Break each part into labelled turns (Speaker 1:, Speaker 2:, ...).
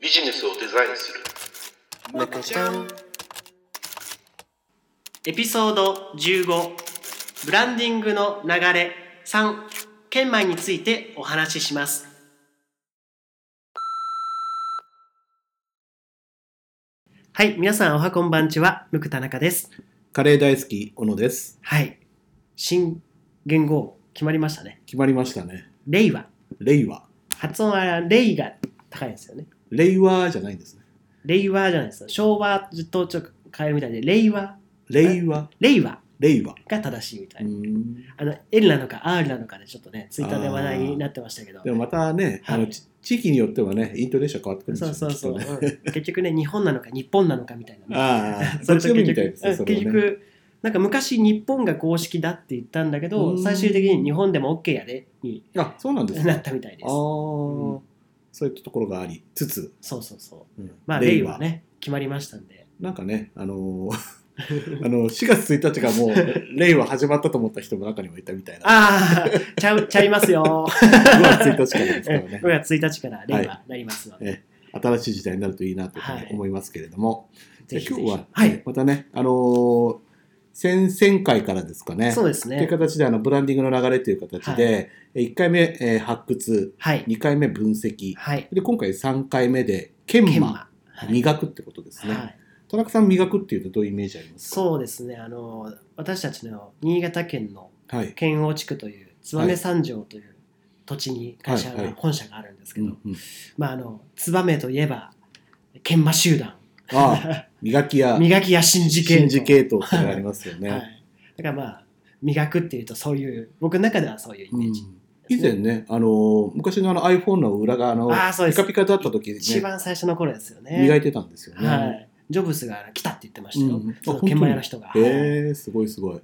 Speaker 1: ビジネスをデザインする
Speaker 2: むかちゃん
Speaker 3: エピソード15ブランディングの流れ3研磨についてお話ししますはい皆さんおはこんばんちはむく田中です
Speaker 2: カレー大好き小野です
Speaker 3: はい新言語決まりましたね
Speaker 2: 決まりましたね
Speaker 3: 令和
Speaker 2: 令和
Speaker 3: 発音は令が高いんですよね
Speaker 2: 令和じゃないんですね
Speaker 3: 令和じゃないです昭和とちょっと変えるみたいで令和
Speaker 2: 令和
Speaker 3: 令和
Speaker 2: 令和
Speaker 3: が正しいみたいうな、
Speaker 2: ん
Speaker 3: あの L なのか R なのかでちょっとねツイッターで話題になってましたけど
Speaker 2: でもまたね、
Speaker 3: はい
Speaker 2: あのち地域によってはねイントネーション変わってくるんです
Speaker 3: そ
Speaker 2: よ
Speaker 3: うそうそう、
Speaker 2: きっとね
Speaker 3: うん結局ね日本なのか日本なのかみた いなね
Speaker 2: ああ
Speaker 3: そ
Speaker 2: どっ
Speaker 3: れと
Speaker 2: ちでもいい
Speaker 3: 結
Speaker 2: みたい
Speaker 3: 局
Speaker 2: ですねそれ
Speaker 3: 結
Speaker 2: もね
Speaker 3: 局なんか昔日本が公式だって言ったんだけ
Speaker 2: う
Speaker 3: ど
Speaker 2: ん
Speaker 3: 最終的に日本でも OK やでに
Speaker 2: あそうなんですね
Speaker 3: なったみたいで
Speaker 2: ああ
Speaker 3: すう
Speaker 2: ーそういったところがありつつ、
Speaker 3: そうそうそう
Speaker 2: うん
Speaker 3: まあ令和ね決まりましたんで
Speaker 2: なんかねあのー あの4月1日がもう令和始まったと思った人も中にはいたみたい な
Speaker 3: ああちゃうちゃいますよ
Speaker 2: 5月1日からですから
Speaker 3: 5
Speaker 2: ね
Speaker 3: 月1日から令和になりますので、
Speaker 2: はい新しい時代になるといいなというふうに
Speaker 3: はい
Speaker 2: 思いますけれども、
Speaker 3: ぜひぜひ
Speaker 2: 今日は、
Speaker 3: はい
Speaker 2: またね、あのー先々回からですかね。
Speaker 3: そうです
Speaker 2: という
Speaker 3: ね
Speaker 2: 形であのブランディングの流れという形で、え1回目、えー発掘
Speaker 3: はい
Speaker 2: 2回目分析
Speaker 3: はい
Speaker 2: で今回3回目で研
Speaker 3: 研
Speaker 2: 磨
Speaker 3: 磨はい
Speaker 2: 磨くってことですね、
Speaker 3: はい
Speaker 2: 田中さん磨くっていうとどういうイメージあります
Speaker 3: そうですねあの私たちの新潟県の
Speaker 2: かはい、
Speaker 3: 県央地区という燕三条という土地に会社が、
Speaker 2: はいはい
Speaker 3: 本社があるんですけ
Speaker 2: う
Speaker 3: ど、
Speaker 2: んうん、
Speaker 3: まああの燕といえば研磨集団
Speaker 2: ああ磨きや
Speaker 3: 磨きや新事
Speaker 2: 信
Speaker 3: 件
Speaker 2: じ系統っていうのがありますよね、
Speaker 3: はい、だからまあ磨くっていうとそういう僕の中ではそういうイ
Speaker 2: うん
Speaker 3: メージ、
Speaker 2: 以前ね、あのー昔のあの iPhone の裏側の
Speaker 3: ああそうで
Speaker 2: ピ
Speaker 3: す
Speaker 2: カピカだった時に、
Speaker 3: 一
Speaker 2: ね、
Speaker 3: 番最初の頃ですよね
Speaker 2: 磨いてたんですよね、
Speaker 3: はい、ジョブスが来たって言ってましたよ、
Speaker 2: うん
Speaker 3: その
Speaker 2: あ本当に
Speaker 3: 研磨屋の人が、
Speaker 2: へえすごいすごい。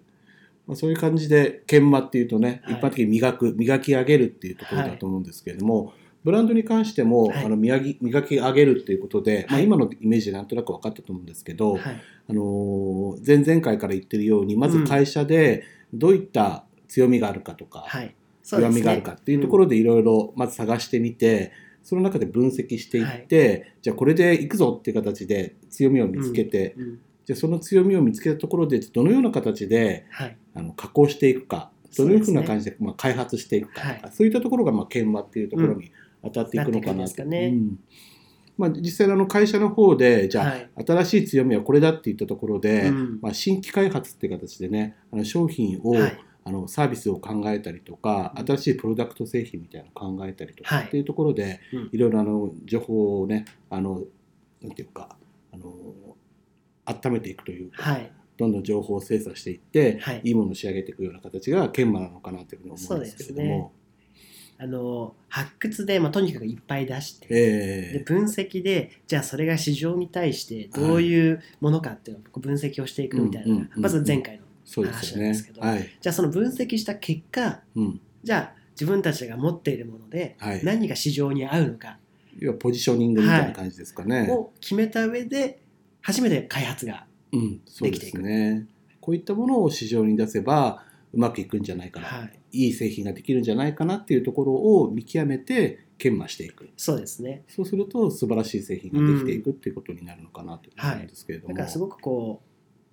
Speaker 2: まあ、そういう感じで研磨っていうとね、
Speaker 3: はい
Speaker 2: 一般的に磨く磨き上げるっていうところだと思うんですけれども、ブランドに関しても、
Speaker 3: はい
Speaker 2: あの磨き磨き上げるっていうことで、まあ、
Speaker 3: はい
Speaker 2: 今のイメージでなんとなく分かったと思うんですけど、
Speaker 3: はい
Speaker 2: あのー前々回から言ってるようにまず会社でどういった強みがあるかとか、
Speaker 3: はい、そうで
Speaker 2: 弱
Speaker 3: す
Speaker 2: み
Speaker 3: ね
Speaker 2: があるかっていうところでいろいろまず探してみて、その中で分析していって、じゃあこれでいくぞっていう形で強みを見つけて、
Speaker 3: うん
Speaker 2: じゃあその強みを見つけたところでどのような形で
Speaker 3: はい、
Speaker 2: あの加工していくかどのよう
Speaker 3: そうです
Speaker 2: な
Speaker 3: ね
Speaker 2: 感じでまあ、開発していくかとか、
Speaker 3: は
Speaker 2: そういったところがまあ研磨っていうところに当たっていくの
Speaker 3: なってく
Speaker 2: かなと
Speaker 3: るんですかね
Speaker 2: うんまあ、実際あの会社の方でじゃあ、
Speaker 3: はい
Speaker 2: 新しい強みはこれだっていったところで、
Speaker 3: うん
Speaker 2: まあ、新規開発っていう形でねあの商品を、
Speaker 3: はい
Speaker 2: あのサービスを考えたりとか
Speaker 3: うん
Speaker 2: 新しいプロダクト製品みたいなのを考えたりとか、
Speaker 3: はい
Speaker 2: っていうところで、
Speaker 3: うん
Speaker 2: いろいろあの情報をねあのなんていうかあの温めていくというか、
Speaker 3: はい、
Speaker 2: どんどん情報を精査していって、
Speaker 3: はい
Speaker 2: い、いものを仕上げていくような形が研磨なのかなというふうに思うんですけれども、
Speaker 3: あの発掘で、まあ、とにかくいっぱい出して、で
Speaker 2: え
Speaker 3: 分析でじゃあそれが市場に対してどういうものかっていうのをこう分析をしていくみたいなのが、
Speaker 2: うんうんうんうん
Speaker 3: まず前回の
Speaker 2: そうですよ
Speaker 3: 話なん
Speaker 2: ね
Speaker 3: ですけ。ど
Speaker 2: はい、
Speaker 3: じゃあその分析した結果
Speaker 2: うん、
Speaker 3: じゃあ自分たちが持っているもので
Speaker 2: はい。
Speaker 3: 何が市場に合うのか
Speaker 2: 要はポジショニングみたいな感じですかね。
Speaker 3: を決めた上で初めて開発が
Speaker 2: うん、そうですね。こういったものを市場に出せばうまくいくんじゃないかな、
Speaker 3: はい
Speaker 2: い、い製品ができるんじゃないかなっていうところを見極めて研磨していく。
Speaker 3: そうですね
Speaker 2: そうすると素晴らしい製品ができていくっていうことになるのかなと思うんですけれども。
Speaker 3: だからすごくこう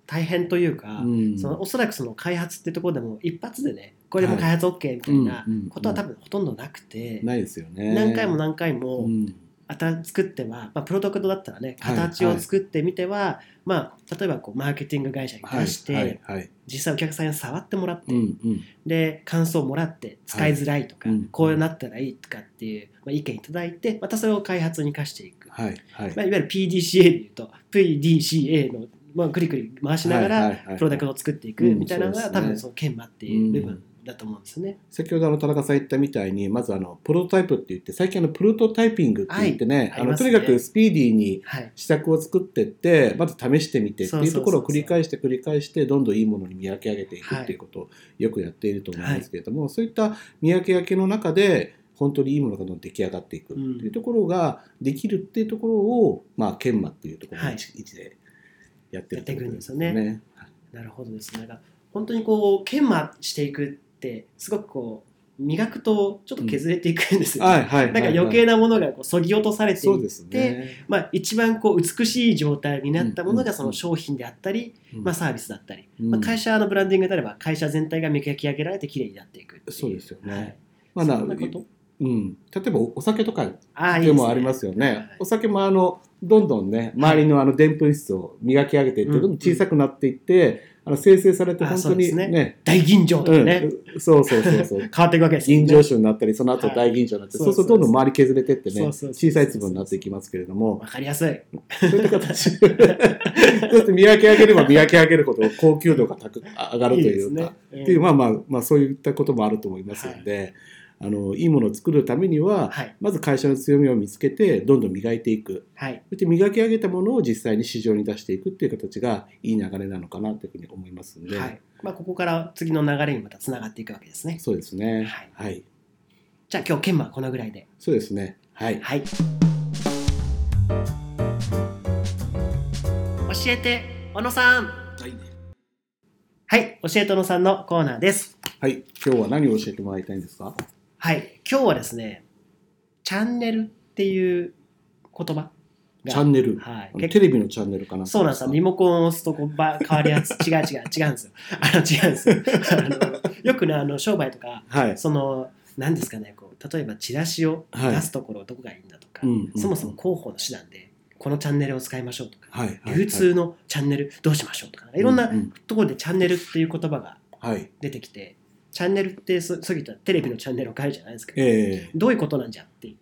Speaker 3: 大変というか、
Speaker 2: うん
Speaker 3: そのおそらくその開発ってところでも一発でねこれでも開発 OK みたいなことは多分ほとんどなくて、
Speaker 2: ないですよね。
Speaker 3: 何回も何回も、
Speaker 2: うん
Speaker 3: あた作っては、まあ、プロダクトだったらね
Speaker 2: はい
Speaker 3: 形を作ってみては、まあ、例えばこうマーケティング会社に出して、
Speaker 2: はいはいはい
Speaker 3: 実際お客さんに触ってもらって、
Speaker 2: うんうん
Speaker 3: で感想をもらって使いづらいとか、
Speaker 2: うん
Speaker 3: こうなったらいいとかっていう、まあ、意見いただいてまたそれを開発に生かしていく、
Speaker 2: はいはい
Speaker 3: まあ、いわゆる PDCA でいうと PDCA の、まあ、くりくり回しながら、
Speaker 2: はいはいはい
Speaker 3: プロダクトを作っていく
Speaker 2: うん
Speaker 3: みたいなの
Speaker 2: そ
Speaker 3: が、
Speaker 2: うです
Speaker 3: 多
Speaker 2: ね
Speaker 3: 分その研磨っていう部分だと思うんですよね。
Speaker 2: 先ほどあの田中さん言ったみたいにまずあのプロトタイプって言って最近あのプロトタイピングって言ってね,、
Speaker 3: はい
Speaker 2: あ
Speaker 3: あり
Speaker 2: の
Speaker 3: ます
Speaker 2: と
Speaker 3: ね
Speaker 2: にかくスピーディーに
Speaker 3: はい、
Speaker 2: 試作を作ってってまず試してみてって
Speaker 3: そう
Speaker 2: い
Speaker 3: そうそうそ
Speaker 2: うと
Speaker 3: う
Speaker 2: ころを繰り返して繰り返してどんどんいいものに磨き上げていくっていうことをよくやっていると思うんですけれども、そういった磨き上げの中で本当にいいものがどんどん出来上がっていくっていうところができるっていうところを、まあ、研磨っていうところの位置,、でやってるってことですよ
Speaker 3: やっていくん
Speaker 2: ね。
Speaker 3: なるほどですね。だから本当にこう研磨していくってすごくこう磨くとちょっと削れていくんですよ、ね
Speaker 2: はいはいはい
Speaker 3: なんか余計なものがこう削ぎ落とされて
Speaker 2: そう
Speaker 3: いっ
Speaker 2: ですね、
Speaker 3: まあ、一番こう美しい状態になったものがその商品であったり、
Speaker 2: うん
Speaker 3: まあ、サービスだったり、
Speaker 2: うん
Speaker 3: まあ、会社のブランディングであれば会社全体が磨き上げられて綺麗になっていくってい
Speaker 2: そうですよね
Speaker 3: はい
Speaker 2: まあな
Speaker 3: そんなこと
Speaker 2: うん、例えばお酒とか
Speaker 3: ああいい
Speaker 2: で
Speaker 3: ですね
Speaker 2: もありますよね
Speaker 3: はい
Speaker 2: お酒もあのどんどんね周りのあのでんぷん質を磨き上げていって、
Speaker 3: うん
Speaker 2: どんどん小さくなっていってあの生成されて
Speaker 3: あ
Speaker 2: 本
Speaker 3: そ
Speaker 2: 当
Speaker 3: うで
Speaker 2: に
Speaker 3: す
Speaker 2: ね
Speaker 3: ね大吟醸とかね、
Speaker 2: うん、そうそうそうそう
Speaker 3: 変わっていくわ けですよね
Speaker 2: 銀醸酒になったりその後
Speaker 3: はい
Speaker 2: 大銀醸になって、
Speaker 3: そうそ
Speaker 2: そ
Speaker 3: うう
Speaker 2: するとどんどん周り削れてって
Speaker 3: そ
Speaker 2: ね
Speaker 3: うそうそう
Speaker 2: 小さい粒になっていきますけれども
Speaker 3: わかりやすい
Speaker 2: そういった形そうやって磨き上げ れば磨き上げるほど高級度が高く上がると
Speaker 3: いい
Speaker 2: い
Speaker 3: です
Speaker 2: うか
Speaker 3: ね、
Speaker 2: っていう
Speaker 3: うん
Speaker 2: まあまあまあそういったこともあると思いますので、い、あのいいものを作るためには、
Speaker 3: はい
Speaker 2: まず会社の強みを見つけてどんどん磨いていく
Speaker 3: はい
Speaker 2: そして磨き上げたものを実際に市場に出していくっていう形がいい流れなのかなというふうに思いますので、
Speaker 3: はいまあ、ここから次の流れにまたつながっていくわけですね
Speaker 2: そうですね
Speaker 3: はい
Speaker 2: はい、
Speaker 3: じゃあ今日研磨はこのぐらいで
Speaker 2: そうですねはい
Speaker 3: はい教えて小野さん
Speaker 2: はい、
Speaker 3: はい教えて小野さんのコーナーです
Speaker 2: 今日は何を教えてもらいたいんですか
Speaker 3: はい今日はですねチャンネルっていう言葉が
Speaker 2: チャンネル、
Speaker 3: はい
Speaker 2: あの、
Speaker 3: 結構
Speaker 2: テレビのチャンネルかな
Speaker 3: そうなんですよ。リモコンを押すとこうば変わるやつ。違う違う違うんですよ。あの違うんですよ。あのよくね、あの商売とか、
Speaker 2: はい
Speaker 3: その、何ですかね、こう例えばチラシを出すところどこがいいんだとか、
Speaker 2: うんうんうん
Speaker 3: そもそも広報の手段で、このチャンネルを使いましょうとか、
Speaker 2: はいはいはい
Speaker 3: 流通のチャンネルどうしましょうとか、いろんな
Speaker 2: ううん
Speaker 3: ところでチャンネルっていう言葉が
Speaker 2: はい
Speaker 3: 出てきて、チャンネルってそ、そういったテレビのチャンネルを変えるじゃないですか。
Speaker 2: えー
Speaker 3: どういうことなんじゃっていう。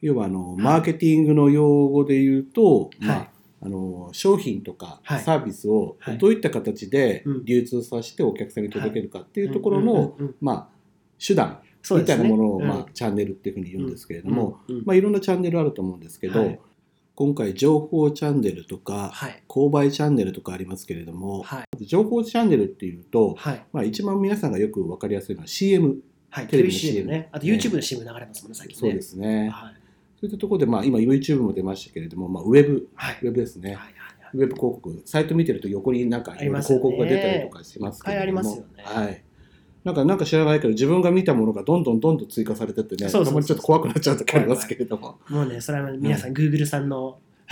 Speaker 2: 要はあのマーケティングの用語で言うと、ま
Speaker 3: はい
Speaker 2: あ、あの商品とか
Speaker 3: はい
Speaker 2: サービスを
Speaker 3: はい
Speaker 2: どういった形で
Speaker 3: うん
Speaker 2: 流通させてお客さんに届けるかっていうところ
Speaker 3: うんうん
Speaker 2: の、
Speaker 3: うんうん
Speaker 2: まあ、手段
Speaker 3: そう
Speaker 2: み
Speaker 3: で
Speaker 2: た
Speaker 3: す
Speaker 2: い
Speaker 3: ね
Speaker 2: なものを、
Speaker 3: うん
Speaker 2: まあ、チャンネルっていうふうに言うんですけれども、
Speaker 3: うんうん
Speaker 2: まあ、いろんなチャンネルあると思うんですけど、
Speaker 3: はい
Speaker 2: 今回情報チャンネルとか
Speaker 3: はい。
Speaker 2: 購買チャンネルとかありますけれども
Speaker 3: はい。
Speaker 2: 情報チャンネルっていうと、
Speaker 3: はい。
Speaker 2: まあ、一番皆さんがよく分かりやすいのは CM
Speaker 3: はい、
Speaker 2: テレビの
Speaker 3: CM ね。あと YouTube の CM 流れますもんね、最近ね。
Speaker 2: そうですね。
Speaker 3: はい。
Speaker 2: そういったところで、まあ、今 YouTube も出ましたけれども、まあ、ウェブ
Speaker 3: はい。
Speaker 2: ウェブですね、
Speaker 3: はいはいはい
Speaker 2: ウェブ広告、サイト見てると横になんか
Speaker 3: あり
Speaker 2: いろいろ
Speaker 3: ますよ
Speaker 2: 広
Speaker 3: ね
Speaker 2: 告が出たりとかしますけれ
Speaker 3: いっぱい
Speaker 2: ども、
Speaker 3: ありますよね
Speaker 2: はい。なんかなんか知らないけど、自分が見たものがどんどんどんどん追加されてってね、
Speaker 3: そうそうそう
Speaker 2: たまにちょっと怖くなっちゃう時ありますけれども。
Speaker 3: もうね、それは皆さん、Google さんの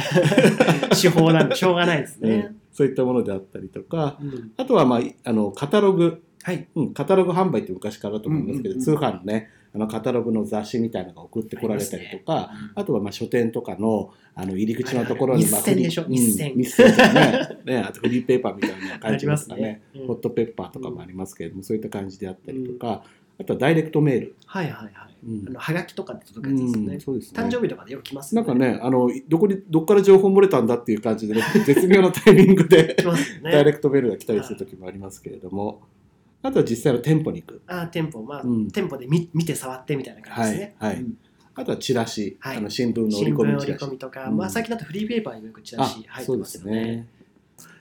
Speaker 3: 手法なんで、しょうがないです
Speaker 2: う
Speaker 3: ね。
Speaker 2: んそういったものであったりとか、
Speaker 3: うん
Speaker 2: あとは、まあ、あのカタログ、
Speaker 3: はい。
Speaker 2: うん、カタログ販売って昔からだと思うんですけど、
Speaker 3: うんうん
Speaker 2: 通
Speaker 3: うん
Speaker 2: 販のね、あのカタログの雑誌みたいなのが送ってこられたりとか、
Speaker 3: ありますね
Speaker 2: あとはまあ書店とかのあの入り口のところに、
Speaker 3: ある
Speaker 2: まあ、
Speaker 3: 日銭でしょ
Speaker 2: フリ
Speaker 3: 日銭
Speaker 2: うん、日銭とかねね、あとフリーペーパーみたいなの
Speaker 3: あ
Speaker 2: 感
Speaker 3: り
Speaker 2: じ
Speaker 3: ま
Speaker 2: ますすか
Speaker 3: ね
Speaker 2: ね。。
Speaker 3: うん
Speaker 2: ホットペッパーとかもありますけれども、そういった感じであったりとか、あとはダイレクトメール。
Speaker 3: はいはいはい。
Speaker 2: うん
Speaker 3: あのはがきとかで届くやつですよね
Speaker 2: うん。そうですね
Speaker 3: 誕生日とかでよく来ます
Speaker 2: な
Speaker 3: よ
Speaker 2: んかね、あのどこにどっから情報漏れたんだっていう感じでね、 絶妙なタイミングで
Speaker 3: 来ますよ
Speaker 2: ダイレ
Speaker 3: ね。
Speaker 2: クトメールが来たりする時もありますけれども、あとは実際の店舗に行く、
Speaker 3: あー店舗、まあ、
Speaker 2: うん
Speaker 3: 店舗で見見て触ってみたいな感じですね。
Speaker 2: はいはい
Speaker 3: うん
Speaker 2: あとはチラシ、
Speaker 3: はい
Speaker 2: あの新聞の折り
Speaker 3: 新聞
Speaker 2: 込み
Speaker 3: 折
Speaker 2: チ
Speaker 3: り
Speaker 2: ラシ
Speaker 3: 込みとか、
Speaker 2: うん
Speaker 3: まあ最近だとフリーペーパーによくチラシ入ってますよね。。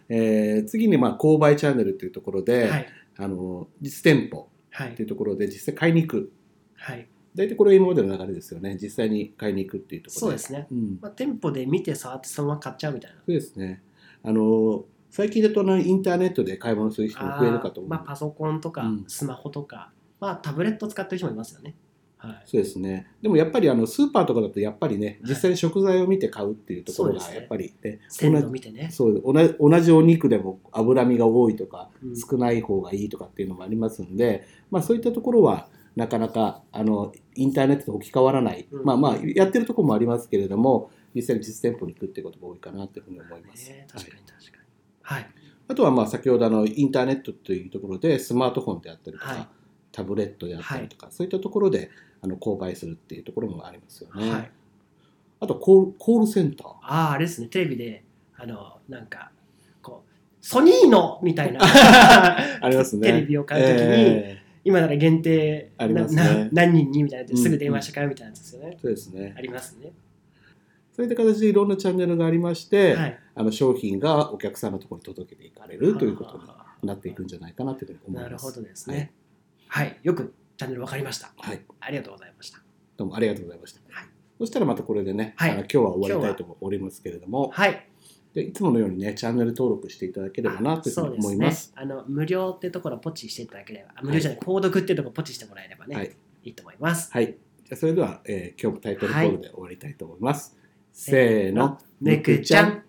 Speaker 2: えー次に、まあ、購買チャンネルというところで、
Speaker 3: はい。
Speaker 2: あの実店舗
Speaker 3: は
Speaker 2: と
Speaker 3: い。
Speaker 2: いうところで実際買いに行く
Speaker 3: はい。
Speaker 2: 大体これが今までの流れですよね実際に買いに行くっていうところ
Speaker 3: そうですね。
Speaker 2: うん
Speaker 3: まあ、店舗で見て触ってそのまま買っちゃうみたいな。
Speaker 2: そうですねあの最近だとあのインターネットで買い物する人も増えるかと思う、
Speaker 3: あーまあ、パソコンとか
Speaker 2: うん
Speaker 3: スマホとか、まあ、タブレット使ってる人もいますよね。はい、
Speaker 2: そうですねでもやっぱりあのスーパーとかだとやっぱりね
Speaker 3: はい
Speaker 2: 実際に食材を見て買うっていうところ
Speaker 3: そうです
Speaker 2: が
Speaker 3: ね
Speaker 2: やっぱりね
Speaker 3: 鮮度見てね。
Speaker 2: そう同じ同じお肉でも脂身が多いとか
Speaker 3: うん
Speaker 2: 少ない方がいいとかっていうのもありますんで、まあ、そういったところはなかなかあのインターネットと置き換わらない、
Speaker 3: うん
Speaker 2: まあまあやってるところもありますけれども実際に実店舗に行くっていうことが多いかなというふうに思います。
Speaker 3: ね
Speaker 2: は
Speaker 3: 確
Speaker 2: い
Speaker 3: かに確かに。はい。
Speaker 2: あとはまあ先ほどあのインターネットというところでスマートフォンであったりとか、
Speaker 3: はい
Speaker 2: タブレットであったりとか、そういったところであの購買するっていうところもありますよ
Speaker 3: はい。
Speaker 2: ね。あとコールコールセンター
Speaker 3: ああ、あれですね、テレビで、あの、なんか、こう、ソニーのみたいな
Speaker 2: ありますね。
Speaker 3: テレビを買うときに、
Speaker 2: え
Speaker 3: 今なら限定
Speaker 2: ありますね
Speaker 3: なな何人にみたいなやつですぐ電話して買うみたいなやつですよね。
Speaker 2: ーそうですね
Speaker 3: あ。りますね。
Speaker 2: そういった形でいろんなチャンネルがありまして、
Speaker 3: はい。
Speaker 2: あの商品がお客さんのところに届けていかれるということに
Speaker 3: あー
Speaker 2: なっていくんじゃないかなというふうに思います。
Speaker 3: なるほどですね。はい。よくチャンネル分かりました。
Speaker 2: はい。
Speaker 3: ありがとうございました。
Speaker 2: どうもありがとうございました。
Speaker 3: はい
Speaker 2: そしたらまたこれでね、
Speaker 3: はい
Speaker 2: あの今日は終わりたいと思いますけれども、
Speaker 3: はい。
Speaker 2: でいつものようにねチャンネル登録していただければなというふうに思います。
Speaker 3: あの無料ってところをポチしていただければあ無料じゃない、購読ってところをポチしてもらえればね、
Speaker 2: はいい、
Speaker 3: いと思います。
Speaker 2: はい。じゃあそれでは、えー今日もタイトルコールで終わりたいと思います。
Speaker 3: せ
Speaker 2: せ
Speaker 3: ー
Speaker 2: ー
Speaker 3: の
Speaker 2: の、
Speaker 3: ねくちゃん